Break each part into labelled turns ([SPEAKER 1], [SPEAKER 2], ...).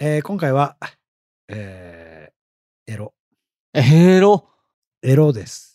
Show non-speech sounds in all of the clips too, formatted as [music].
[SPEAKER 1] えー今回は、えーエロ、
[SPEAKER 2] エロ
[SPEAKER 1] エロです。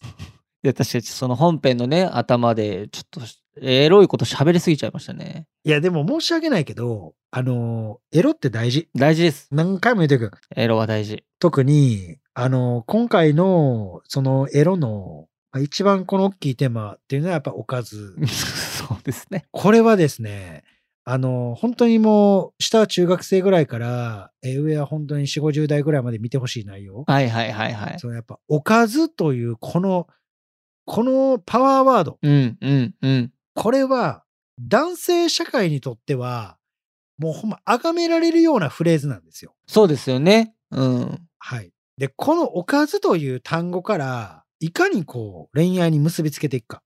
[SPEAKER 2] いや、確かにその本編のね、頭で、ちょっとし、エロいこと喋りすぎちゃいましたね。
[SPEAKER 1] いや、でも申し訳ないけど、あのーエロって大事。
[SPEAKER 2] 大事です。
[SPEAKER 1] 何回も言ってるけど、
[SPEAKER 2] エロは大事。 [laughs]
[SPEAKER 1] 特に、あのー今回の、そのエロの、まあ一番この大きいテーマっていうのはやっぱおかず。
[SPEAKER 2] そうですね。
[SPEAKER 1] これはですね、あの、本当にもう、下は中学生ぐらいから、えー上は本当に4、50代ぐらいまで見てほしい内容。
[SPEAKER 2] はいはいはいはい。
[SPEAKER 1] そのやっぱ、おかずという、この、このパワーワード。
[SPEAKER 2] うんうんうん。
[SPEAKER 1] これは、男性社会にとっては、もうほんま、崇められるようなフレーズなんですよ。
[SPEAKER 2] そうですよね。うん。
[SPEAKER 1] はい。で、このおかずという単語から、いかにこう、恋愛に結びつけていくか。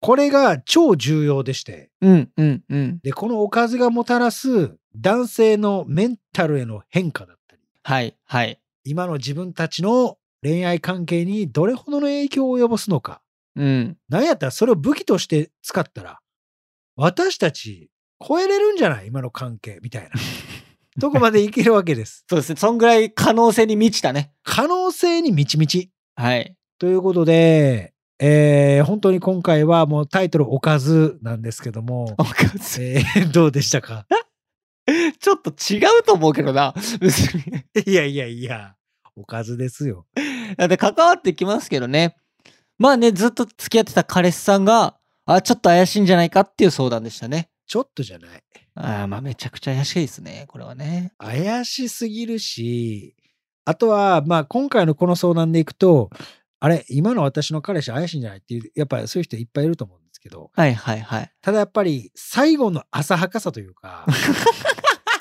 [SPEAKER 1] これが超重要でして。
[SPEAKER 2] うんうんうん。
[SPEAKER 1] で、このおかずがもたらす男性のメンタルへの変化だったり、
[SPEAKER 2] はいはい。
[SPEAKER 1] 今の自分たちの恋愛関係にどれほどの影響を及ぼすのか、
[SPEAKER 2] うん。
[SPEAKER 1] なんやったらそれを武器として使ったら、私たち超えれるんじゃない今の関係みたいな。どこまでいけるわけです。
[SPEAKER 2] そうですね。そんぐらい可能性に満ちたね。
[SPEAKER 1] 可能性に満ち満ち。
[SPEAKER 2] はい。 [laughs]
[SPEAKER 1] ということで、えー本当に今回はもうタイトルおかずなんですけども
[SPEAKER 2] お、かず。
[SPEAKER 1] えーどうでしたか [laughs]
[SPEAKER 2] ちょっと違うと思うけどな。別に。
[SPEAKER 1] いやいやいや、おかずですよ。
[SPEAKER 2] だって関わってきますけどね。まあね、ずっと付き合ってた彼氏さんが、あ、ちょっと怪しいんじゃないかっていう相談でしたね。
[SPEAKER 1] ちょっとじゃない。
[SPEAKER 2] あーまあめちゃくちゃ怪しいですね。これはね。
[SPEAKER 1] 怪しすぎるし、あとは、まあ、今回のこの相談でいくと、あれ、今の私の彼氏怪しいんじゃないっていう、やっぱりそういう人いっぱいいると思うんですけど、
[SPEAKER 2] はいはいはい。
[SPEAKER 1] ただやっぱり最後の浅はかさというか、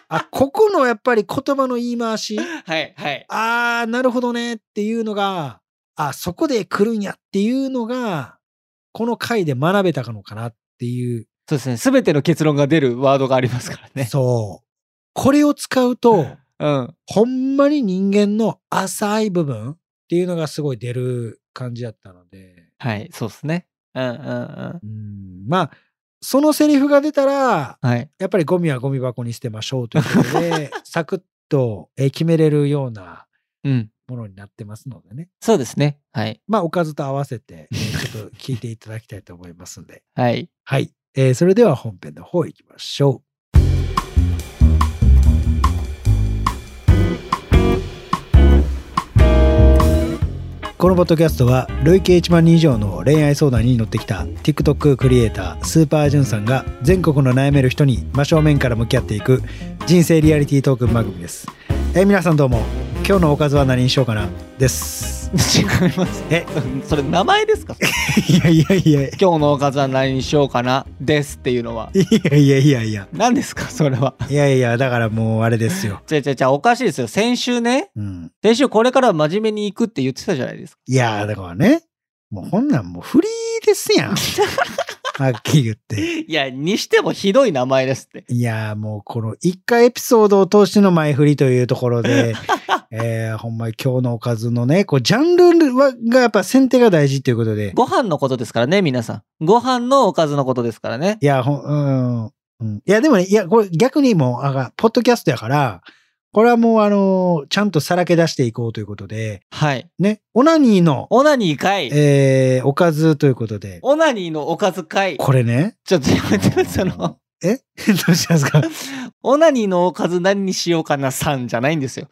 [SPEAKER 1] あ、ここのやっぱり言葉の言い回し、
[SPEAKER 2] はいはい。
[SPEAKER 1] あー、なるほどねっていうのが、あ、そこで来るんやっていうのが、この回で学べたのかなっていう、
[SPEAKER 2] そうですね。すべての結論が出るワードがありますからね。
[SPEAKER 1] そう。これを使うと、
[SPEAKER 2] うん。
[SPEAKER 1] ほんまに人間の浅い部分っていうのがすごい出る感じだったので、
[SPEAKER 2] はい、そうですね。うんうんうん。
[SPEAKER 1] うん、まあ、そのセリフが出たら、
[SPEAKER 2] はい。
[SPEAKER 1] やっぱりゴミはゴミ箱に捨てましょうということで、サクッとえー決めれるような
[SPEAKER 2] うん。
[SPEAKER 1] ものになってますのでね。
[SPEAKER 2] そうですね。はい。
[SPEAKER 1] まあ、おかずと合わせて、えーちょっと聞いていただきたいと思いますんで。
[SPEAKER 2] はい。
[SPEAKER 1] はい。えーそれでは本編の方行きましょう。このポッドキャストは累計1万人以上の恋愛相談に乗ってきた TikTok クリエイタースーパージュンさんが全国の悩める人に真正面から向き合っていく人生リアリティートークン番組です。えー皆さんどうも今日のおかずは何にしようかなです。
[SPEAKER 2] 違います。
[SPEAKER 1] え
[SPEAKER 2] それ名前ですか
[SPEAKER 1] [laughs] いやいやいやい
[SPEAKER 2] 今日のおかずは何にしようかなですっていうのは。
[SPEAKER 1] やいやいやいや
[SPEAKER 2] 何ですかそれは。
[SPEAKER 1] いやいやだからもうあれですよ。
[SPEAKER 2] 違う違う違う、おかしいですよ。先週ね、
[SPEAKER 1] うん。
[SPEAKER 2] 先週これから真面目に行くって言ってたじゃないですか。
[SPEAKER 1] いやー、だからね、もうこんなんもうフリーです
[SPEAKER 2] [laughs]
[SPEAKER 1] やん。はっきり言って。
[SPEAKER 2] いや、にしてもひどい名前ですって。
[SPEAKER 1] いやー、もうこの一回エピソードを通しての前振りというところ
[SPEAKER 2] [laughs]
[SPEAKER 1] で、えー、ほんまに今日のおかずのね、こう、ジャンルは、がやっぱ選定が大事ということで、
[SPEAKER 2] ご飯のことですからね、皆さん。ご飯のおかずのことですからね。
[SPEAKER 1] いや、ほん、うん、うん。いや、でもね、いや、これ逆にもう、あが、ポッドキャストやから、これはもうあのーちゃんとさらけ出していこうということで、
[SPEAKER 2] はい。
[SPEAKER 1] ね、オナニーの、
[SPEAKER 2] オナニーかい。
[SPEAKER 1] えー、おかずということで、
[SPEAKER 2] オナニーのおかずかい。
[SPEAKER 1] これね、
[SPEAKER 2] ちょっとや
[SPEAKER 1] [laughs]
[SPEAKER 2] めて、その、
[SPEAKER 1] えどうしたんですか
[SPEAKER 2] オナニーのおかず何にしようかなさんじゃないんですよ。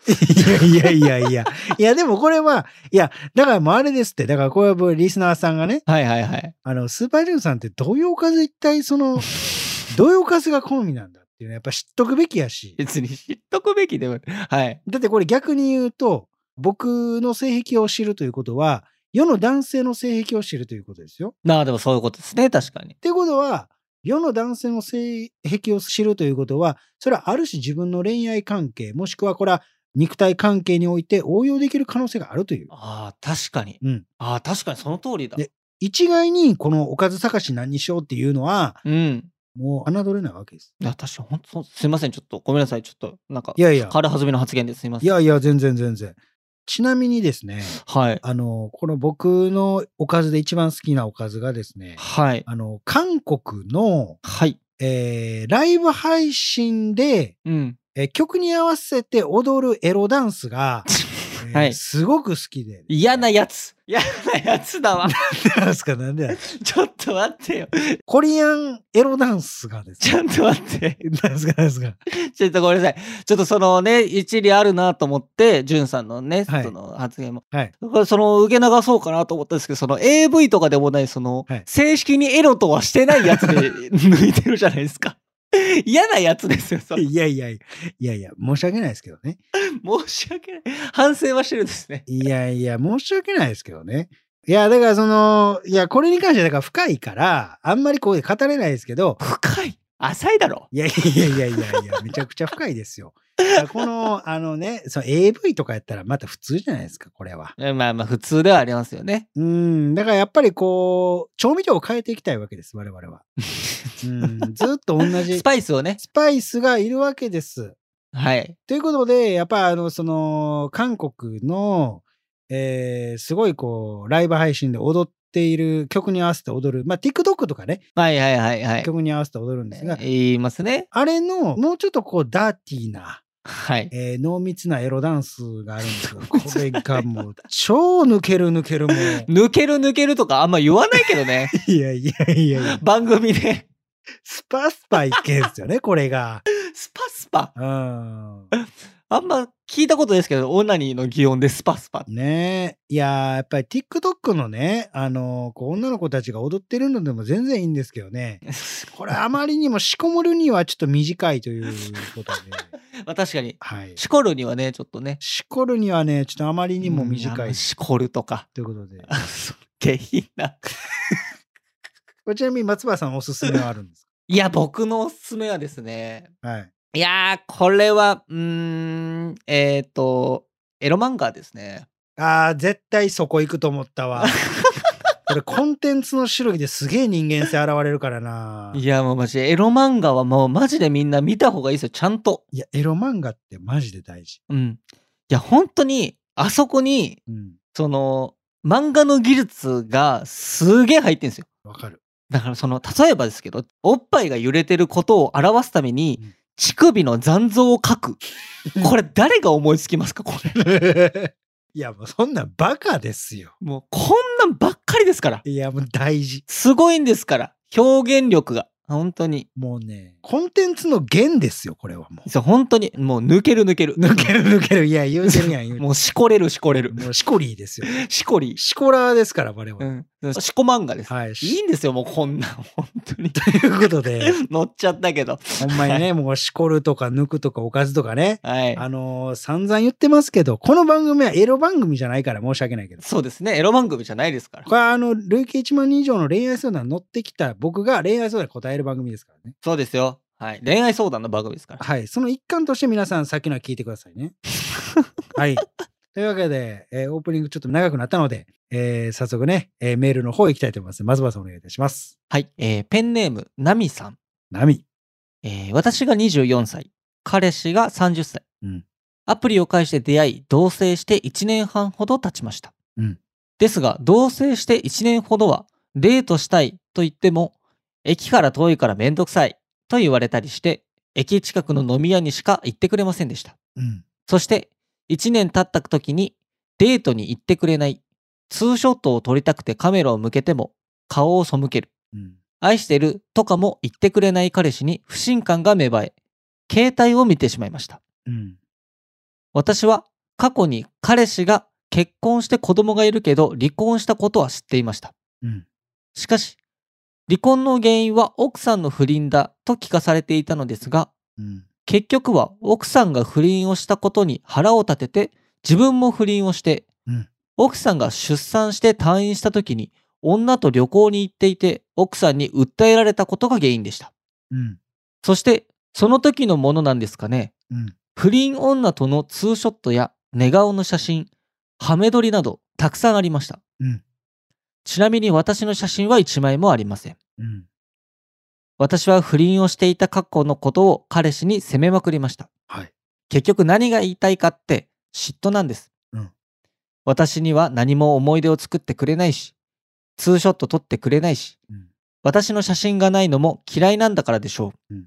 [SPEAKER 1] いやいやいやいや。いや、でもこれは、いや、だからもうあれですって。だからこれはもうリスナーさんがね、
[SPEAKER 2] はいはいはい。
[SPEAKER 1] あの、スーパージュンさんってどういうおかず一体そ [laughs] の、どういうおかずが好みなんだっていうのはやっぱ知っとくべきやし。
[SPEAKER 2] 別に知っとくべきでも、はい。
[SPEAKER 1] だってこれ逆に言うと、僕の性癖を知るということは、世の男性の性癖を知るということですよ。
[SPEAKER 2] なあ、でもそういうことですね、確かに
[SPEAKER 1] っ。てことは、世の男性の性癖を知るということは、それはある種自分の恋愛関係、もしくはこれは肉体関係において応用できる可能性があるという。
[SPEAKER 2] ああ、確かに。
[SPEAKER 1] うん
[SPEAKER 2] ああ、確かにその通りだ。
[SPEAKER 1] で一概にこのおかず探し何にしようっていうのは、
[SPEAKER 2] うん。
[SPEAKER 1] もう侮れないわけです。
[SPEAKER 2] いや、確かに、本当すいません、ちょっと、ごめんなさい、ちょっと、なんか、
[SPEAKER 1] いやいや、
[SPEAKER 2] 軽はずみの発言ですいませ
[SPEAKER 1] い
[SPEAKER 2] ん。
[SPEAKER 1] やいや、全然全然。ちなみにですね、
[SPEAKER 2] はい。
[SPEAKER 1] あの、この僕のおかずで一番好きなおかずがですね、
[SPEAKER 2] はい。
[SPEAKER 1] あの、韓国の、
[SPEAKER 2] はい。
[SPEAKER 1] えーライブ配信で、
[SPEAKER 2] うん。
[SPEAKER 1] ええー曲に合わせて踊るエロダンス
[SPEAKER 2] [laughs]
[SPEAKER 1] が、えー
[SPEAKER 2] はい
[SPEAKER 1] すごく好きで。
[SPEAKER 2] 嫌なやつ。嫌なやつだわ。 [laughs]
[SPEAKER 1] なんですかなんで
[SPEAKER 2] ちょっと待ってよ。
[SPEAKER 1] コリアンエロダンスがです
[SPEAKER 2] ち [laughs]
[SPEAKER 1] ね。
[SPEAKER 2] ょっと待って。
[SPEAKER 1] なんですかなんですか
[SPEAKER 2] ちょっとごめんなさい。ちょっとそのね、一理あるなと思って、ジュンさんのね、
[SPEAKER 1] はい
[SPEAKER 2] その発言も。
[SPEAKER 1] はい
[SPEAKER 2] だからその、受け流そうかなと思ったんですけど、その AV とかでもない、その、
[SPEAKER 1] はい
[SPEAKER 2] 正式にエロとはしてないやつで抜いてるじゃないです
[SPEAKER 1] [laughs]
[SPEAKER 2] か。嫌なやつですよ、それ。
[SPEAKER 1] いやいやいやいや、申し訳ないですけどね。
[SPEAKER 2] 申し訳ない。反省はしてるんですね。
[SPEAKER 1] いやいや、申し訳ないですけどね。いや、だからその、いや、これに関してはだから深いから、あんまりこう語れないですけど、
[SPEAKER 2] 深い。浅いだろ。
[SPEAKER 1] いやいやいやいやいや、めちゃくちゃ深いですよ。だからこの、あのね、その AV とかやったらまた普通じゃないですか、これは。
[SPEAKER 2] えまあまあ、普通ではありますよね。
[SPEAKER 1] うん、だからやっぱりこう、調味料を変えていきたいわけです、我々 [laughs] は。うん、ずっと同じ
[SPEAKER 2] スパイスをね。
[SPEAKER 1] スパイスがいるわけです。
[SPEAKER 2] はい。
[SPEAKER 1] ということで、やっぱあの、その、韓国の、えーすごいこう、ライブ配信で踊っている曲に合わせて踊る、まあ、TikTok とかね、
[SPEAKER 2] はいはいはいはい。
[SPEAKER 1] 曲に合わせて踊るんですが、
[SPEAKER 2] 言いますね。
[SPEAKER 1] あれの、もうちょっとこう、ダーティーな、
[SPEAKER 2] はい。
[SPEAKER 1] えー濃密なエロダンスがあるんです [laughs] けど、これがもう、超抜ける抜けるもう。
[SPEAKER 2] 抜ける抜けるとかあんま言わないけどね。
[SPEAKER 1] [laughs] いやいやいやいや、
[SPEAKER 2] 番組で。
[SPEAKER 1] スパスパいけんすよね、これが。
[SPEAKER 2] スパスパ。
[SPEAKER 1] うん。
[SPEAKER 2] あんま聞いたことないですけど、オナニーの擬音でスパ [laughs] スパ。
[SPEAKER 1] ねえ。いやー、やっぱり TikTok のね、あのーこう女の子たちが踊ってるのでも全然いいんですけどね。これあまりにも仕込むるにはちょっと短いということで。
[SPEAKER 2] まあ確かに。
[SPEAKER 1] はい。
[SPEAKER 2] しこるにはね、ちょっとね。
[SPEAKER 1] しこるにはね、ちょっとあまりにも短
[SPEAKER 2] う
[SPEAKER 1] い
[SPEAKER 2] んしこるとか。 [laughs]
[SPEAKER 1] ということで。
[SPEAKER 2] あそう下品な。
[SPEAKER 1] これちなみに松原さんおすすめはあるんです
[SPEAKER 2] いや、僕のおすすめはですね。
[SPEAKER 1] かはい。
[SPEAKER 2] いやー、これは、うーん、えっ、と、エロ漫画ですね。。
[SPEAKER 1] あー、絶対そこ行くと思ったわ。これコンテンツの種類ですげえ人間性現れるからない
[SPEAKER 2] や、もうマジ、エロ漫画はもうマジでみんな見た方がいいですよ、ちゃんと。
[SPEAKER 1] いや、エロ漫画ってマジで大事。
[SPEAKER 2] うん。いや、本当に、あそこに、
[SPEAKER 1] うん。
[SPEAKER 2] その、漫画の技術がすげえ入ってんですよ。
[SPEAKER 1] わかる。
[SPEAKER 2] だからその、例えばですけど、おっぱいが揺れてることを表すために
[SPEAKER 1] うん、
[SPEAKER 2] 乳首の残像を書く。これ誰が思いつきますかこれ。
[SPEAKER 1] [laughs] いや、もうそんなんバカですよ。
[SPEAKER 2] もう、こんなんばっかりですから。
[SPEAKER 1] いや、もう大事。
[SPEAKER 2] すごいんですから。表現力が。本当に。
[SPEAKER 1] もうね、コンテンツの源ですよ、これはもう。
[SPEAKER 2] そう、本当に。もう抜ける抜ける。
[SPEAKER 1] 抜ける抜ける。いや、言うてるやん、言うて
[SPEAKER 2] もうしこれるしこれる
[SPEAKER 1] る。。もうシコリーですよ。
[SPEAKER 2] しこり。
[SPEAKER 1] シコラーですから、我
[SPEAKER 2] う
[SPEAKER 1] 々。
[SPEAKER 2] ん。しこ漫画です。
[SPEAKER 1] はい。
[SPEAKER 2] いいんですよ、もうこんなん。本当に。
[SPEAKER 1] ということ
[SPEAKER 2] [laughs]
[SPEAKER 1] で、
[SPEAKER 2] 乗っちゃったけど。
[SPEAKER 1] ほんまにね、もうシコるとか抜くとかおかずとかね。
[SPEAKER 2] はい。
[SPEAKER 1] あのー散々言ってますけど、この番組はエロ番組じゃないから申し訳ないけど。
[SPEAKER 2] そうですね。エロ番組じゃないですから
[SPEAKER 1] こ。れはあの、累計1万人以上の恋愛相談に乗ってきた僕が恋愛相談に答える番組ですからね。
[SPEAKER 2] そうですよ。はい。恋愛相談の番組ですから。
[SPEAKER 1] はい。その一環として皆さん、さっきのは聞いてくださいね。はい。というわけで、えーオープニングちょっと長くなったので、えー早速ね、えーメールの方行きたいと思います。松原さんお願いいたします。
[SPEAKER 2] はい。えーペンネーム、ナミさん。
[SPEAKER 1] ナミ。
[SPEAKER 2] えー私が24歳。彼氏が30歳。
[SPEAKER 1] うん
[SPEAKER 2] アプリを介して出会い、同棲して1年半ほど経ちました。
[SPEAKER 1] うん
[SPEAKER 2] ですが、同棲して1年ほどは、デートしたいと言っても、駅から遠いからめんどくさいと言われたりして、駅近くの飲み屋にしか行ってくれませんでした。
[SPEAKER 1] うん。
[SPEAKER 2] そして、1年経った時に、デートに行ってくれない。ツーショットを撮りたくてカメラを向けても、顔を背ける。
[SPEAKER 1] うん。
[SPEAKER 2] 愛してるとかも言ってくれない彼氏に不信感が芽生え、携帯を見てしまいました。
[SPEAKER 1] うん。
[SPEAKER 2] 私は過去に彼氏が結婚して子供がいるけど離婚したことは知っていました。
[SPEAKER 1] うん。
[SPEAKER 2] しかし、離婚の原因は奥さんの不倫だと聞かされていたのですが、
[SPEAKER 1] うん。
[SPEAKER 2] 結局は奥さんが不倫をしたことに腹を立てて自分も不倫をして、
[SPEAKER 1] うん
[SPEAKER 2] 奥さんが出産して退院した時に女と旅行に行っていて奥さんに訴えられたことが原因でした
[SPEAKER 1] うん。
[SPEAKER 2] そしてその時のものなんですかね
[SPEAKER 1] うん。
[SPEAKER 2] 不倫女とのツーショットや寝顔の写真ハメ撮りなどたくさんありました、
[SPEAKER 1] うん
[SPEAKER 2] ちなみに私の写真は1枚もありません
[SPEAKER 1] うん。
[SPEAKER 2] 私は不倫をしていた過去のことを彼氏に責めまくりました
[SPEAKER 1] はい。
[SPEAKER 2] 結局何が言いたいかって嫉妬なんです、
[SPEAKER 1] うん
[SPEAKER 2] 私には何も思い出を作ってくれないしツーショット撮ってくれないし、
[SPEAKER 1] うん
[SPEAKER 2] 私の写真がないのも嫌いなんだからでしょう、
[SPEAKER 1] うん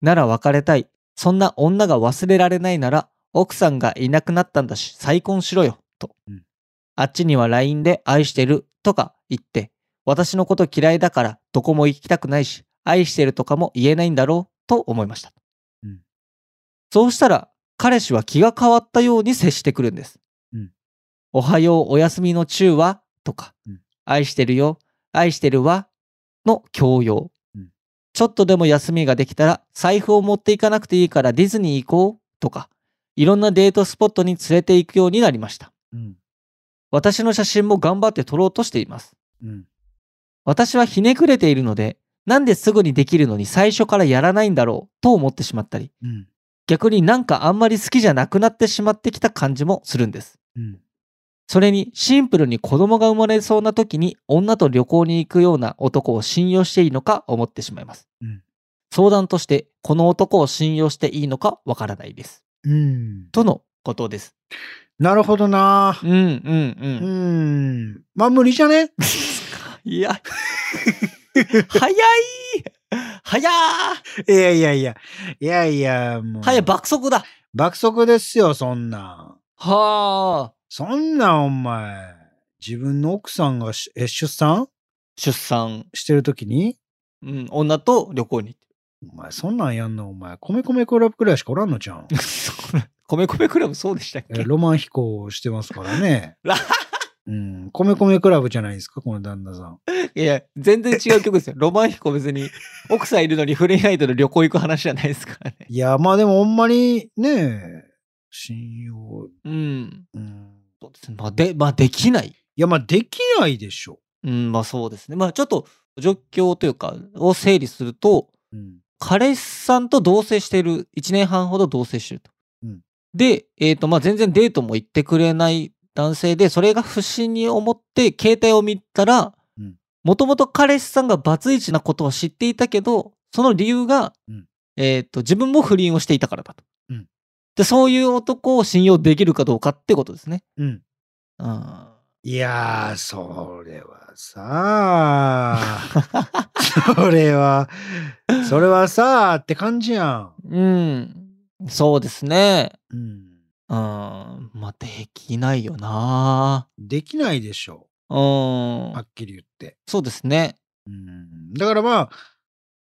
[SPEAKER 2] なら別れたいそんな女が忘れられないなら、奥さんがいなくなったんだし、再婚しろよ、と。
[SPEAKER 1] うん
[SPEAKER 2] あっちには LINE で愛してるとか言って、私のこと嫌いだからどこも行きたくないし、愛してるとかも言えないんだろう、と思いました。
[SPEAKER 1] うん
[SPEAKER 2] そうしたら、彼氏は気が変わったように接してくるんです。
[SPEAKER 1] うん
[SPEAKER 2] おはよう、おやすみの中はとか、
[SPEAKER 1] うん
[SPEAKER 2] 愛してるよ、愛してるわの強要。
[SPEAKER 1] うん
[SPEAKER 2] ちょっとでも休みができたら、財布を持っていかなくていいからディズニー行こうとか、いろんなデートスポットに連れて行くようになりました。
[SPEAKER 1] うん。
[SPEAKER 2] 私の写真も頑張って撮ろうとしています。
[SPEAKER 1] うん。
[SPEAKER 2] 私はひねくれているので、なんですぐにできるのに最初からやらないんだろうと思ってしまったり、
[SPEAKER 1] うん。
[SPEAKER 2] 逆になんかあんまり好きじゃなくなってしまってきた感じもするんです。
[SPEAKER 1] うん。
[SPEAKER 2] それにシンプルに子供が生まれそうな時に女と旅行に行くような男を信用していいのか思ってしまいます。
[SPEAKER 1] うん
[SPEAKER 2] 相談としてこの男を信用していいのかわからないです。
[SPEAKER 1] うん。
[SPEAKER 2] とのことです。
[SPEAKER 1] なるほどな
[SPEAKER 2] うんうんう。
[SPEAKER 1] うんん。まあ無理じゃね [laughs]
[SPEAKER 2] いや。 [laughs] 早い早ー
[SPEAKER 1] いやいやいや。いやいや、もう。
[SPEAKER 2] 早い爆速だ
[SPEAKER 1] 爆速ですよ、そんなん。
[SPEAKER 2] はあ。
[SPEAKER 1] そんなんお前。自分の奥さんがしえ出産
[SPEAKER 2] 出産、
[SPEAKER 1] してるときに、
[SPEAKER 2] うん、女と旅行に
[SPEAKER 1] お前そんなんやんのお前、米米クラブくらいしかおらんのじゃん。
[SPEAKER 2] 行って。 [laughs] 米米クラブそうでしたっ
[SPEAKER 1] え
[SPEAKER 2] [laughs] け
[SPEAKER 1] ロマン飛行をしてますからね。
[SPEAKER 2] ら
[SPEAKER 1] うん、米米クラブじゃないですか、この旦那さん。
[SPEAKER 2] いや、全然違う曲ですよ。ロマンヒコ別に、奥さんいるのにフレイナイトの旅行行く話じゃないですからね。
[SPEAKER 1] いや、まあでもほんまにね、信用、
[SPEAKER 2] うん。
[SPEAKER 1] うん。
[SPEAKER 2] そうですねまあ、で、まあ、できない。
[SPEAKER 1] いや、まあできないでしょ。
[SPEAKER 2] うん、まあそうですね。まあちょっと、状況というか、を整理すると、
[SPEAKER 1] うん。
[SPEAKER 2] 彼氏さんと同棲している、1年半ほど同棲してると。
[SPEAKER 1] うん
[SPEAKER 2] で、えっ、と、まあ全然デートも行ってくれない男性で、それが不審に思って、携帯を見たら
[SPEAKER 1] うん、
[SPEAKER 2] もともと彼氏さんがバツイチなことを知っていたけど、その理由が、
[SPEAKER 1] うん
[SPEAKER 2] えっ、と、自分も不倫をしていたからだと。
[SPEAKER 1] うん
[SPEAKER 2] で、そういう男を信用できるかどうかってことですね。
[SPEAKER 1] うん。
[SPEAKER 2] うん。
[SPEAKER 1] いやー、それはさそれは、それはさあって感じや
[SPEAKER 2] [laughs] うん。そうですね。
[SPEAKER 1] ん。うん。
[SPEAKER 2] うん。まあ、できないよな
[SPEAKER 1] できないでしょ
[SPEAKER 2] うん
[SPEAKER 1] う。は。っきり言って。
[SPEAKER 2] そうですね。
[SPEAKER 1] うん。だからまあ、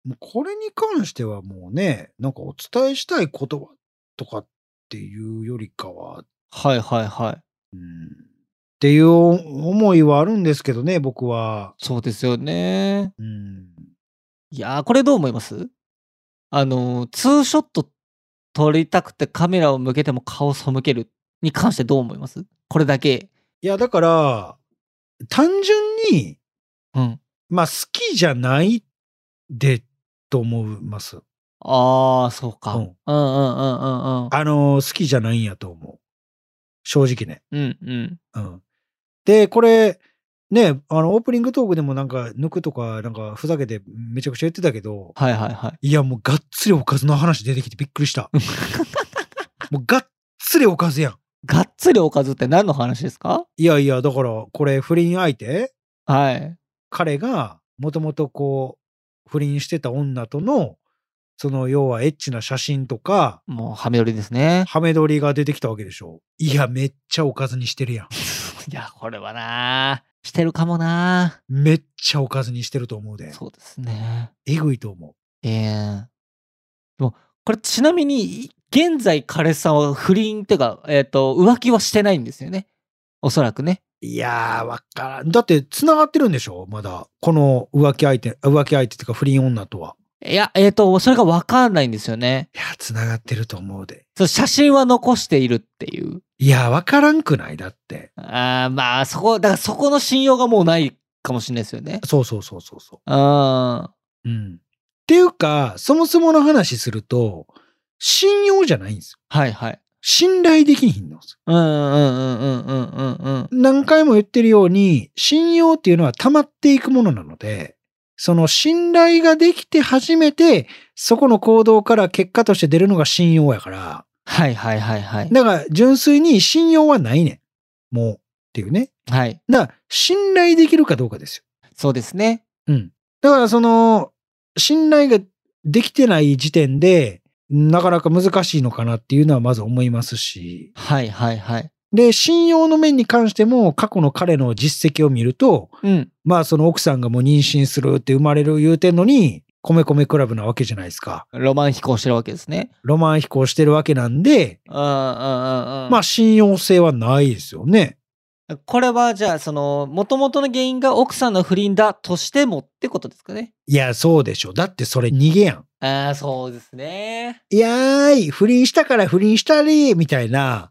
[SPEAKER 1] もうこれに関してはもうね、なんかお伝えしたい言葉とかっていうよりかは、
[SPEAKER 2] はいはいはい。
[SPEAKER 1] うん、っていう思いはあるんですけどね、僕は。
[SPEAKER 2] そうですよね。
[SPEAKER 1] うん。
[SPEAKER 2] いやー、これどう思いますあのー、ツーショット撮りたくてカメラを向けても顔背けるに関してどう思いますこれだけ。
[SPEAKER 1] いや、だから、単純に、
[SPEAKER 2] うん。
[SPEAKER 1] まあ、好きじゃないで、と思います。
[SPEAKER 2] ああ、そうか。
[SPEAKER 1] う
[SPEAKER 2] うんんうんうんうんうん。
[SPEAKER 1] あの、好きじゃないんやと思う。正直ね。
[SPEAKER 2] うんうん。
[SPEAKER 1] うん。で、これ、ね、あの、オープニングトークでもなんか、抜くとか、なんか、ふざけてめちゃくちゃ言ってたけど、
[SPEAKER 2] はいはいはい。
[SPEAKER 1] いや、もうがっつりおかずの話出てきてびっくりした。もうがっつりおかずやん。
[SPEAKER 2] がっつりおかずって何の話ですか
[SPEAKER 1] いやいや、だから、これ、不倫相手
[SPEAKER 2] はい。
[SPEAKER 1] 彼が、もともとこう、不倫してた女との、その、要はエッチな写真とか、
[SPEAKER 2] もう、ハメ撮りですね。
[SPEAKER 1] ハメ撮りが出てきたわけでしょ。いや、めっちゃおかずにしてるやん。
[SPEAKER 2] [laughs] いや、これはなーしてるかもな
[SPEAKER 1] めっちゃおかずにしてると思うで
[SPEAKER 2] ー。そうですね。
[SPEAKER 1] えぐいと思
[SPEAKER 2] ええでも、これちなみに、い現在彼氏さんは不倫ってか、えっ、と、浮気はしてないんですよね。おそらくね。
[SPEAKER 1] う。いやー、わからん。だって、繋がってるんでしょまだ。この浮気相手、浮気相手っていうか不倫女とは。
[SPEAKER 2] いや、えっ、と、それがわかんないんですよね。
[SPEAKER 1] いや、繋がってると思うで。
[SPEAKER 2] そう写真は残しているっていう。
[SPEAKER 1] いや、わからんくないだって。
[SPEAKER 2] あーまあ、そこ、だからそこの信用がもうないかもしれないですよね。
[SPEAKER 1] そうそうそうそうそ
[SPEAKER 2] あ
[SPEAKER 1] う。うん。っていうか、そもそもの話すると、信用じゃないんですよ。
[SPEAKER 2] ーはいはい。
[SPEAKER 1] 信頼できひんのですよ。
[SPEAKER 2] うんうんうんうんうんうんうん。
[SPEAKER 1] 何回も言ってるように、信用っていうのは溜まっていくものなので、その信頼ができて初めて、そこの行動から結果として出るのが信用やから、
[SPEAKER 2] はいはいはいはい。
[SPEAKER 1] だから純粋に信用はないねん。もう、っていうね。
[SPEAKER 2] はい。
[SPEAKER 1] だから、信頼できるかどうかですよ。
[SPEAKER 2] そうですね。
[SPEAKER 1] だからその、信頼ができてない時点で、なかなか難しいのかなっていうのはまず思いますし、
[SPEAKER 2] はいはいはい。
[SPEAKER 1] で、信用の面に関しても過去の彼の実績を見ると、
[SPEAKER 2] うん。
[SPEAKER 1] まあその奥さんがもう妊娠するって生まれる言うてんのに、米米クラブなわけじゃないですか。
[SPEAKER 2] ロマン飛行してるわけですね。
[SPEAKER 1] ロマン飛行してるわけなんで、
[SPEAKER 2] うんうんうんうん。
[SPEAKER 1] まあ信用性はないですよね。
[SPEAKER 2] これはじゃあその元々の原因が奥さんの不倫だとしてもってことですかね
[SPEAKER 1] いや、そうでしょ。だってそれ逃げやん。
[SPEAKER 2] ああそうですね
[SPEAKER 1] いやーい、不倫したから不倫したり、みたいな、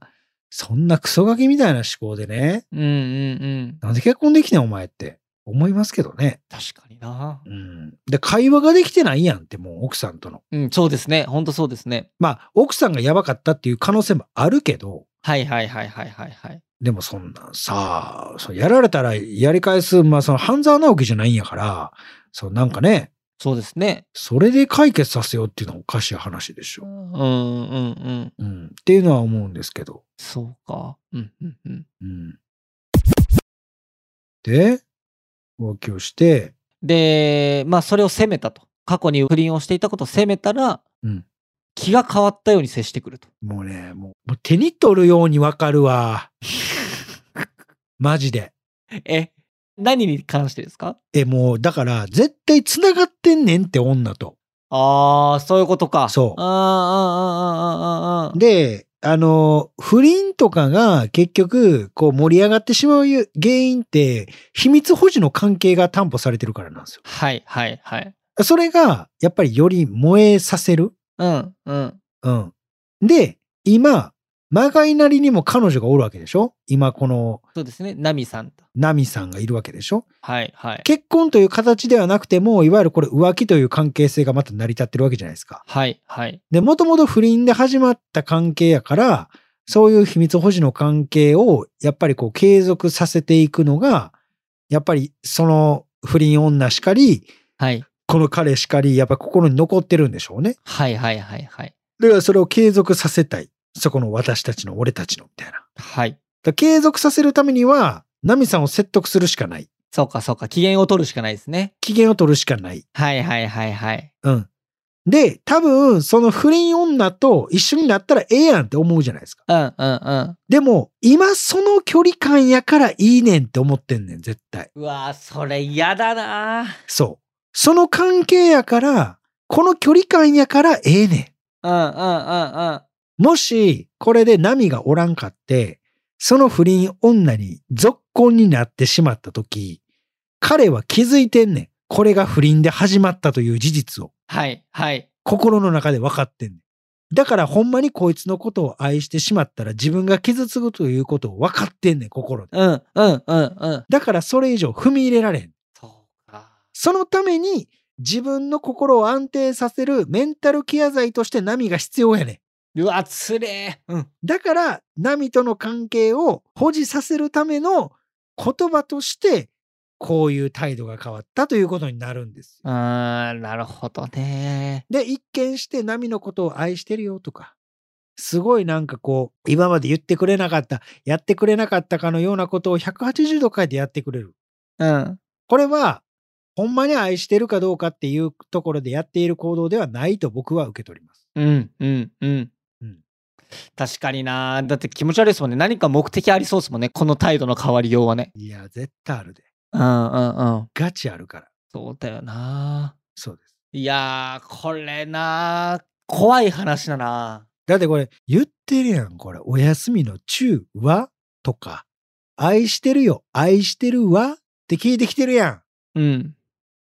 [SPEAKER 1] そんなクソガキみたいな思考でね、
[SPEAKER 2] うんうんうん
[SPEAKER 1] なんで結婚できねんお前って思いますけどね。
[SPEAKER 2] 確かにな
[SPEAKER 1] うん。で、会話ができてないやんって、もう奥さんとの。
[SPEAKER 2] うんそうですねほんとそうですね
[SPEAKER 1] まあ、奥さんがやばかったっていう可能性もあるけど、
[SPEAKER 2] はいはいはいはいはいはい
[SPEAKER 1] でもそんなんさ、そうやられたらやり返す、まあその半沢直樹じゃないんやから、そうなんかね、
[SPEAKER 2] そうですね
[SPEAKER 1] それで解決させようっていうのはおかしい話でし
[SPEAKER 2] う
[SPEAKER 1] ょ。
[SPEAKER 2] んうんうん
[SPEAKER 1] うん。っていうのは思うんですけど。
[SPEAKER 2] そうかうんうんうん
[SPEAKER 1] うん。で、浮気をして、
[SPEAKER 2] でまあそれを責めたと過去に不倫をしていたことを責めたら、
[SPEAKER 1] うん
[SPEAKER 2] 気が変わったように接してくると
[SPEAKER 1] もうね、もうもう手に取るようにわかる [laughs] わ。マジで。
[SPEAKER 2] え何に関してですか
[SPEAKER 1] え、もうだから絶対繋がってんねんって女と。
[SPEAKER 2] ああ、そういうことか。
[SPEAKER 1] そう
[SPEAKER 2] ああ、ああ、ああ、ああ。
[SPEAKER 1] で、あの、不倫とかが結局、こう盛り上がってしまう原因って、秘密保持の関係が担保されてるからなんですよ。
[SPEAKER 2] はい、はい、はい。
[SPEAKER 1] それが、やっぱりより燃えさせる。
[SPEAKER 2] うん、うん。
[SPEAKER 1] うん。で、今、まがいなりにも彼女がおるわけでしょ今、この、
[SPEAKER 2] そうですね。ナミさんと。
[SPEAKER 1] ナミさんがいるわけでしょ
[SPEAKER 2] はい、はい。
[SPEAKER 1] 結婚という形ではなくても、いわゆるこれ浮気という関係性がまた成り立ってるわけじゃないですか。
[SPEAKER 2] はい、はい。
[SPEAKER 1] で、もともと不倫で始まった関係やから、そういう秘密保持の関係を、やっぱりこう継続させていくのが、やっぱりその不倫女しかり、
[SPEAKER 2] はい、
[SPEAKER 1] この彼しかり、やっぱ心に残ってるんでしょうね。
[SPEAKER 2] はい、はい、はい、はい。
[SPEAKER 1] だからそれを継続させたい。そこの私たちの、俺たちの、みたいな。だか
[SPEAKER 2] はい。
[SPEAKER 1] ら継続させるためには、ナミさんを説得するしかない。
[SPEAKER 2] そうか、そうか。機嫌を取るしかないですね。
[SPEAKER 1] 機嫌を取るしかない。
[SPEAKER 2] はい、はい、はい、はい。
[SPEAKER 1] うん。で、多分、その不倫女と一緒になったらええやんって思うじゃないですか。
[SPEAKER 2] うん、うん、うん。
[SPEAKER 1] でも、今その距離感やからいいねんって思ってんねん、絶対。
[SPEAKER 2] うわーそれ嫌だな
[SPEAKER 1] そう。その関係やから、この距離感やからええね
[SPEAKER 2] うん、うん、うん、うん。
[SPEAKER 1] ん。もし、これでナミがおらんかって、その不倫女に続婚になってしまった時、彼は気づいてんねん。これが不倫で始まったという事実を。
[SPEAKER 2] はい、はい。
[SPEAKER 1] 心の中で分かってんねん。だからほんまにこいつのことを愛してしまったら自分が傷つくということを分かってんねん、心で。
[SPEAKER 2] うん、うん、うん、うん。
[SPEAKER 1] だからそれ以上踏み入れられへん。
[SPEAKER 2] そうか。
[SPEAKER 1] そのために自分の心を安定させるメンタルケア剤として波が必要やね
[SPEAKER 2] うわ、つれー。うん。
[SPEAKER 1] ん。だから波との関係を保持させるための言葉としてこういう態度が変わったということになるんですよ。
[SPEAKER 2] あー、なるほどね
[SPEAKER 1] で、一見して波のことを愛してるよとか、すごいなんかこう、今まで言ってくれなかった、やってくれなかったかのようなことを180度変えてやってくれる。
[SPEAKER 2] うん。
[SPEAKER 1] これは、ほんまに愛してるかどうかっていうところでやっている行動ではないと僕は受け取ります。
[SPEAKER 2] うんうんうん
[SPEAKER 1] うん
[SPEAKER 2] 確かになだって気持ち悪いですもんね何か目的ありそうですもんねこの態度の変わりようはね
[SPEAKER 1] いや、絶対あるで。
[SPEAKER 2] うんうんうん
[SPEAKER 1] ガチあるから。
[SPEAKER 2] そうだよな
[SPEAKER 1] そうです。
[SPEAKER 2] いやーこれな怖い話だな
[SPEAKER 1] だってこれ、言ってるやん、これ。お休みの中はとか、愛してるよ、愛してるわって聞いてきてるやん。
[SPEAKER 2] うん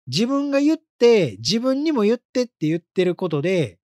[SPEAKER 1] 自分が言って、自分にも言ってって言ってることで、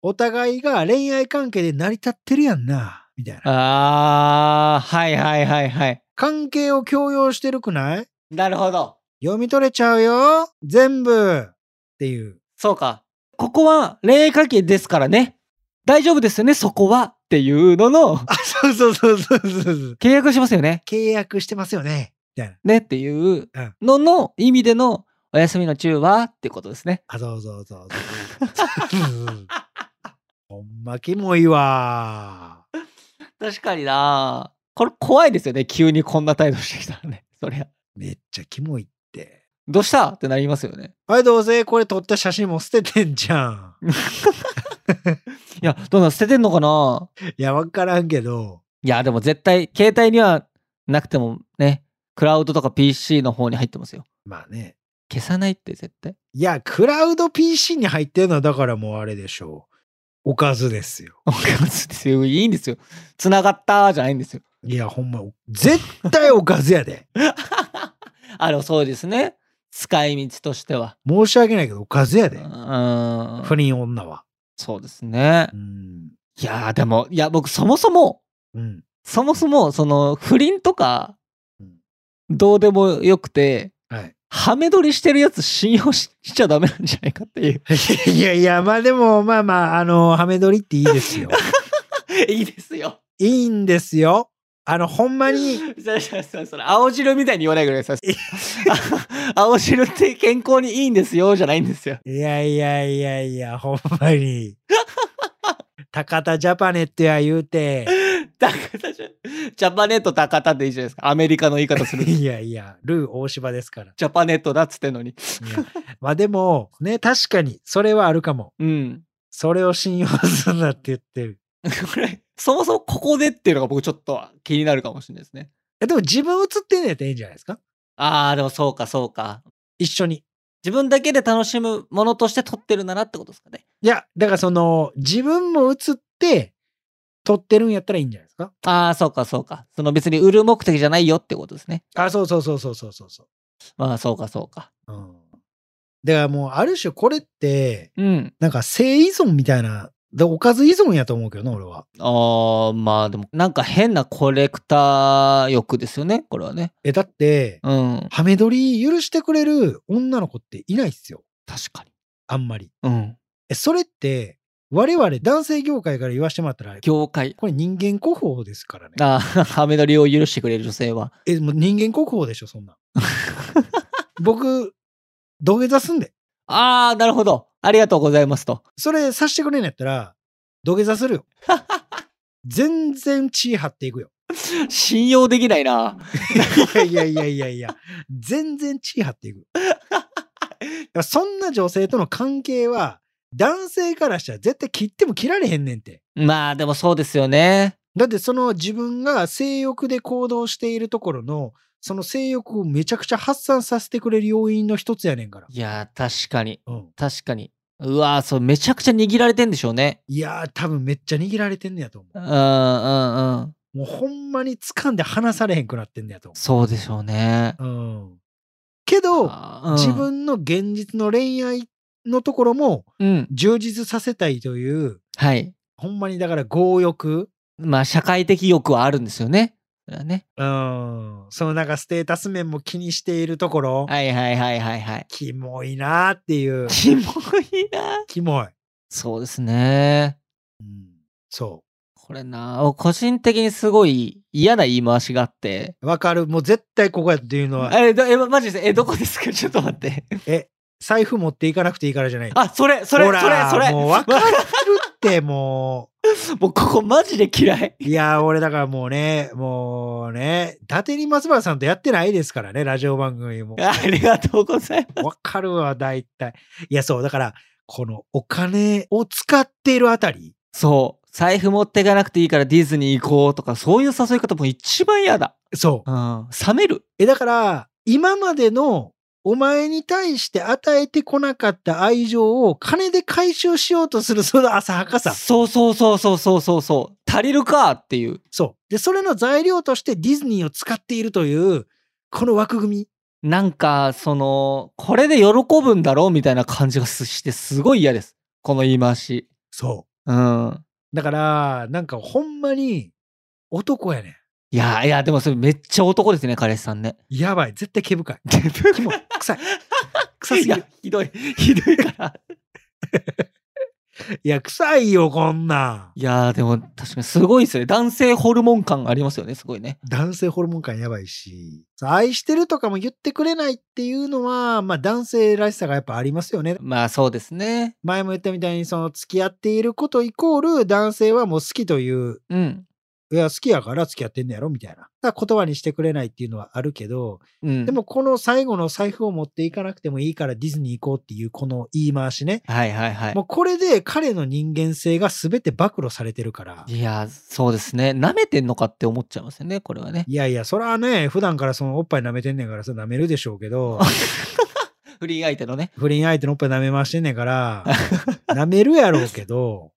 [SPEAKER 1] お互いが恋愛関係で成り立ってるやんな、みたいな。
[SPEAKER 2] あーはいはいはいはい
[SPEAKER 1] 関係を強要してるくない
[SPEAKER 2] なるほど
[SPEAKER 1] 読み取れちゃうよ全部っていう。
[SPEAKER 2] そうかここは恋愛関係ですからね大丈夫ですよねそこはっていうのの
[SPEAKER 1] あ、そうそうそうそうそうそう。
[SPEAKER 2] 契約しますよね
[SPEAKER 1] 契約してますよねみたいな。
[SPEAKER 2] ねっていう
[SPEAKER 1] うん
[SPEAKER 2] のの意味でのお休みの中はってことですね。
[SPEAKER 1] あ、そうそうそうそう。ほんまキモいわ。
[SPEAKER 2] 確かになこれ怖いですよね。急にこんな態度してきたらね。 [laughs] そりゃ。
[SPEAKER 1] めっちゃキモいって。
[SPEAKER 2] どうしたってなりますよね。
[SPEAKER 1] はい、どうせこれ撮った写真も捨ててんじゃん。
[SPEAKER 2] いや、どうなの捨ててんのかない
[SPEAKER 1] や、わからんけど、
[SPEAKER 2] いや、でも絶対、携帯にはなくてもね、クラウドとか PC の方に入ってますよ。
[SPEAKER 1] まあね。
[SPEAKER 2] 消さないって絶対。 [laughs]
[SPEAKER 1] いや、クラウド PC に入ってるのは、だからもうあれでしょう。おかずですよ。
[SPEAKER 2] おかずですよ。いいんですよ。繋がったじゃないんですよ。
[SPEAKER 1] いや、ほんま、絶対おかずやで。
[SPEAKER 2] あの、そうですね。使い道としては。
[SPEAKER 1] 申し訳ないけど、おかずや
[SPEAKER 2] う
[SPEAKER 1] で。
[SPEAKER 2] ー
[SPEAKER 1] 不
[SPEAKER 2] ん。
[SPEAKER 1] 倫女は。
[SPEAKER 2] そうですね
[SPEAKER 1] う。ん。
[SPEAKER 2] いやー、でも、いや、僕、そもそも、
[SPEAKER 1] うん。
[SPEAKER 2] そもそも、その、不倫とか
[SPEAKER 1] うん、
[SPEAKER 2] どうでもよくて、
[SPEAKER 1] はい。
[SPEAKER 2] ハメ撮りしてるやつ信用ししちゃダメなんじゃないかっていう。
[SPEAKER 1] いやいや、まあでも、まあまあ、あの、ハメ撮りっていいですよ。
[SPEAKER 2] [laughs] いいですよ。
[SPEAKER 1] いいんですよ。あの、ほんまに、
[SPEAKER 2] そうそうそうそれ青汁みたいに言わないぐらいさあ [laughs] 青汁って健康にいいんですよじゃないんですよ
[SPEAKER 1] いやいやいやいや、ほんまに。高田ジャパネットや言うて、
[SPEAKER 2] 高田じゃジャパネット高田でいいじゃないですかアメリカ [laughs] の言い方するジ
[SPEAKER 1] いやいや、ルー大柴ですから。
[SPEAKER 2] ャパネットだっつってんのに
[SPEAKER 1] いやまあでも、ね、確かに、それはあるかも。
[SPEAKER 2] うん
[SPEAKER 1] それを信用するなって言ってる。
[SPEAKER 2] これそもそもここでっていうのが僕ちょっと気になるかもしれないですね
[SPEAKER 1] えでも自分映ってんねやったらいいんじゃないですか
[SPEAKER 2] あーでもそうかそうか
[SPEAKER 1] 一緒に。
[SPEAKER 2] 自分だけで楽しむものとして撮ってるならってことですかね
[SPEAKER 1] いや、だからその、自分も映って、撮ってるんやったらいいんじゃないですか
[SPEAKER 2] ああそうかそうかその別に売る目的じゃないよってことですね
[SPEAKER 1] あ、そうそうそうそうそうそうそ
[SPEAKER 2] まあそうかそうか
[SPEAKER 1] う。うん。だからもう、ある種これって、
[SPEAKER 2] うん
[SPEAKER 1] なんか性依存みたいな、でおかず依存やと思うけどな、俺は。
[SPEAKER 2] ああ、まあでも、なんか変なコレクター欲ですよね、これはね。
[SPEAKER 1] え、だって、
[SPEAKER 2] うん、
[SPEAKER 1] ハメ撮り許してくれる女の子っていないっすよ。
[SPEAKER 2] 確かに。
[SPEAKER 1] あんまり。
[SPEAKER 2] うん。
[SPEAKER 1] え、それって、我々男性業界から言わしてもらったら、
[SPEAKER 2] 業界。
[SPEAKER 1] これ人間国宝ですからね。
[SPEAKER 2] ああ、ハメ撮りを許してくれる女性は。
[SPEAKER 1] え、もう人間国宝でしょ、そん [laughs] なん。僕、土下座すんで。
[SPEAKER 2] ああ、なるほど。ありがとうございますと。
[SPEAKER 1] それさしてくれんやったら、土下座するよ。全然血張っていくよ。
[SPEAKER 2] 信用できないな。
[SPEAKER 1] いやいやいやいやいや、全然血張っていく。いやそんな女性との関係は、男性からしたら絶対切っても切られへんねんって。
[SPEAKER 2] まあでもそうですよね。
[SPEAKER 1] だってその自分が性欲で行動しているところの、その性欲をめちゃくちゃ発散させてくれる要因の一つやねんから。
[SPEAKER 2] いやー、確かに。
[SPEAKER 1] うん。
[SPEAKER 2] 確かに。うわー、そう、めちゃくちゃ握られてんでしょうね。
[SPEAKER 1] いやー、多分めっちゃ握られてんねやと思
[SPEAKER 2] うん、うん、うん。
[SPEAKER 1] う。もうほんまに掴んで離されへんくなってんねやと
[SPEAKER 2] そうでしょうね。
[SPEAKER 1] 思う。うん。けど、
[SPEAKER 2] あーうん
[SPEAKER 1] 自分の現実の恋愛のところも
[SPEAKER 2] うん。
[SPEAKER 1] 充実させたいという、
[SPEAKER 2] はい。
[SPEAKER 1] ほんまにだから強欲、
[SPEAKER 2] まあ、社会的欲はあるんですよね。それはね。
[SPEAKER 1] うん、そのなんかステータス面も気にしているところ、
[SPEAKER 2] はいはいはいはいはい。
[SPEAKER 1] キモいなーって
[SPEAKER 2] [laughs]
[SPEAKER 1] いう、
[SPEAKER 2] キモいな。
[SPEAKER 1] キモい。
[SPEAKER 2] そうですね。
[SPEAKER 1] うん、そ
[SPEAKER 2] これな、個人的にすごい嫌な言い回しがあって。
[SPEAKER 1] う。わかる。もう絶対ここやっていうのは、
[SPEAKER 2] え、どえ、マジですえ、どこですか [laughs] ちょっと待って。
[SPEAKER 1] 財布持っていかなくていいからじゃない。
[SPEAKER 2] あ、それ、それ、
[SPEAKER 1] ほ
[SPEAKER 2] そ
[SPEAKER 1] ら
[SPEAKER 2] れ、それ。 [laughs]
[SPEAKER 1] もう
[SPEAKER 2] も
[SPEAKER 1] わかるって、も
[SPEAKER 2] うここマジで嫌い。 [laughs]
[SPEAKER 1] う。いやー、俺だからもうね、もうね、伊達に松原さんとやってないですからね、ラジオ番組も。
[SPEAKER 2] ありがとうございます。
[SPEAKER 1] わかるわ、大体。いや、そう、だから、このお金を使っているあたり、
[SPEAKER 2] そう。財布持っていかなくていいからディズニー行こうとか、そういう誘い方も一番嫌だ。
[SPEAKER 1] そう。
[SPEAKER 2] うん。冷める。
[SPEAKER 1] え、だから、今までのお前に対して与えてこなかった愛情を金で回収しようとするその浅はか
[SPEAKER 2] [laughs]
[SPEAKER 1] さ。
[SPEAKER 2] そうそうそうそうそうそうそう。足りるかっていう。
[SPEAKER 1] そう。で、それの材料としてディズニーを使っているという、この枠組み。
[SPEAKER 2] なんか、その、これで喜ぶんだろうみたいな感じがすして、すごい嫌です。この言い回し。
[SPEAKER 1] そ
[SPEAKER 2] うん。
[SPEAKER 1] う。だから、なんかほんまに男やね
[SPEAKER 2] いや、いや、でもそれめっちゃ男ですね、彼氏さ [laughs] んね。
[SPEAKER 1] ん。やばい。絶対毛深い。
[SPEAKER 2] デブ
[SPEAKER 1] キモい。臭い。臭す
[SPEAKER 2] い
[SPEAKER 1] ぎ
[SPEAKER 2] や
[SPEAKER 1] る。、
[SPEAKER 2] ひどい、ひどいから。
[SPEAKER 1] いや、臭いよ、こんなん。
[SPEAKER 2] いや、でも確かにすごいですね。男性ホルモン感ありますよね、すごいね。
[SPEAKER 1] 男性ホルモン感やばいし、愛してるとかも言ってくれないっていうのは、まあ男性らしさがやっぱありますよね。
[SPEAKER 2] まあそうですね。
[SPEAKER 1] 前も言ったみたいにその付き合っていることイコール男性はもう好きという
[SPEAKER 2] うん。
[SPEAKER 1] いや、好きやから付き合ってんのやろみたいな。だから言葉にしてくれないっていうのはあるけど、
[SPEAKER 2] うん。
[SPEAKER 1] でもこの最後の財布を持っていかなくてもいいからディズニー行こうっていうこの言い回しね。
[SPEAKER 2] はいはいはい。
[SPEAKER 1] もうこれで彼の人間性が全て暴露されてるから。
[SPEAKER 2] いや、そうですね。舐めてんのかって思っちゃいますよね、これはね。
[SPEAKER 1] いやいや、それはね、普段からそのおっぱい舐めてんねんから、それ舐めるでしょうけど、
[SPEAKER 2] 不倫相手のね。 [laughs]
[SPEAKER 1] 不倫相手のおっぱい舐め回してんねんから、舐めるやろうけど、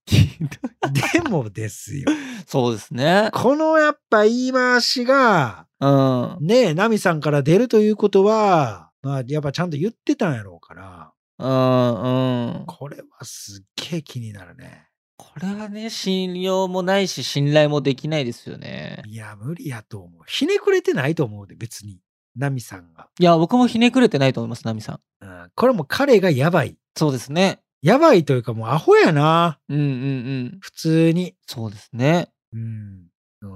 [SPEAKER 1] でもですよ。
[SPEAKER 2] そうですね。
[SPEAKER 1] このやっぱ言い回しが、
[SPEAKER 2] うん。
[SPEAKER 1] ねえ、ナミさんから出るということは、まあ、やっぱちゃんと言ってたんやろうから、
[SPEAKER 2] うん、うん。
[SPEAKER 1] これはすっげえ気になるね。
[SPEAKER 2] これはね、信用もないし、信頼もできないですよね。
[SPEAKER 1] いや、無理やと思う。ひねくれてないと思うで、別に。ナミさんが。
[SPEAKER 2] いや、僕もひねくれてないと思います、ナミさ
[SPEAKER 1] う
[SPEAKER 2] ん。
[SPEAKER 1] ん、これも彼がやばい。
[SPEAKER 2] そうですね。
[SPEAKER 1] やばいというかもうアホやな。
[SPEAKER 2] うんうんうん。
[SPEAKER 1] 普通に。
[SPEAKER 2] そうですね。
[SPEAKER 1] うん。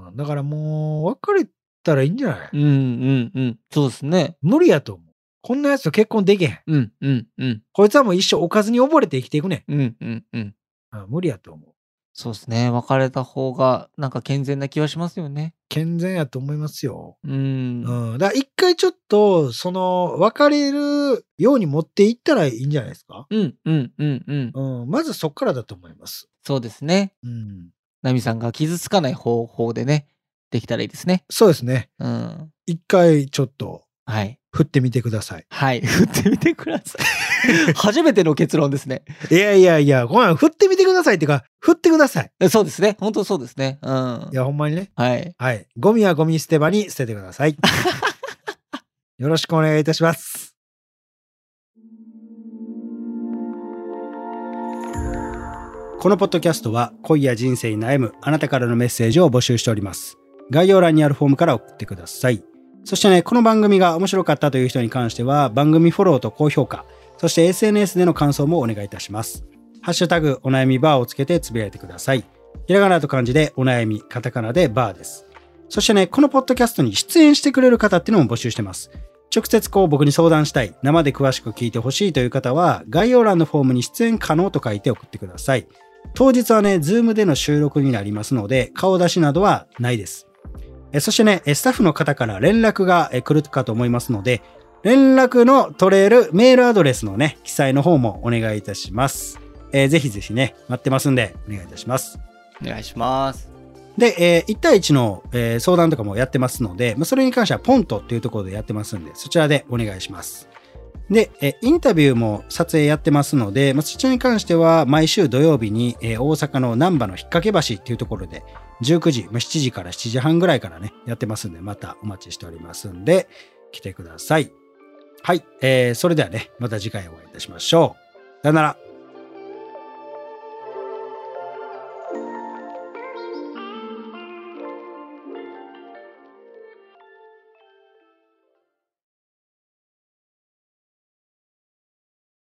[SPEAKER 1] うん、だからもう、別れたらいいんじゃない、
[SPEAKER 2] うんうんうん。そうですね。
[SPEAKER 1] 無理やと思う。こんなやつと結婚できへん。
[SPEAKER 2] うんうんうん。
[SPEAKER 1] こいつはもう一生おかずに溺れて生きていくね
[SPEAKER 2] うんうんうん。
[SPEAKER 1] ん。うん、無理やと思う。
[SPEAKER 2] そうですね。別れた方が、なんか健全な気はしますよね。
[SPEAKER 1] 健全やと思いますよ。
[SPEAKER 2] うん。
[SPEAKER 1] うん。だから一回ちょっと、その、別れるように持っていったらいいんじゃないですか
[SPEAKER 2] うんうんうんうん。
[SPEAKER 1] うん。まずそっからだと思います。
[SPEAKER 2] そうですね。
[SPEAKER 1] うん。
[SPEAKER 2] ナミさんが傷つかない方法でね、できたらいいですね。
[SPEAKER 1] そうですね。
[SPEAKER 2] うん。
[SPEAKER 1] 一回ちょっと、
[SPEAKER 2] はい。
[SPEAKER 1] 振ってみてください。
[SPEAKER 2] はい。 [laughs] 振ってみてくださ [laughs] い。初めての結論ですね。
[SPEAKER 1] いやいやいや、ごめん、振ってみてくださいっていうか、振ってください。
[SPEAKER 2] えそうですね。本当そうですね。うん。
[SPEAKER 1] いや、ほんまにね。
[SPEAKER 2] はい。
[SPEAKER 1] はい。ゴミはゴミ捨て場に捨ててください。よろしくお願いいたします。
[SPEAKER 3] このポッドキャストは恋や人生に悩むあなたからのメッセージを募集しております。概要欄にあるフォームから送ってください。そしてね、この番組が面白かったという人に関しては番組フォローと高評価、そして SNS での感想もお願いいたします。ハッシュタグお悩みバーをつけてつぶやいてください。ひらがなと漢字でお悩み、カタカナでバーです。そしてね、このポッドキャストに出演してくれる方っていうのも募集してます。直接こう僕に相談したい、生で詳しく聞いてほしいという方は概要欄のフォームに出演可能と書いて送ってください。当日はね、ズームでの収録になりますので、顔出しなどはないです。えそしてね、えスタッフの方から連絡がえ来るかと思いますので、連絡の取れるメールアドレスのね、記載の方もお願いいたします。えーぜひぜひね、待ってますんで、お願いいたします。
[SPEAKER 2] お願いします。
[SPEAKER 3] で、えー1対1の、えー相談とかもやってますので、まあ、それに関してはポントっていうところでやってますんで、そちらでお願いします。で、えーインタビューも撮影やってますので、まあ、そちらに関しては毎週土曜日に、えー大阪の難波の引っ掛け橋っていうところで、19時、まあ、7時から7時半ぐらいからね、やってますんで、またお待ちしておりますんで、来てください。はい、えーそれではね、また次回お会いいたしましょう。さよなら。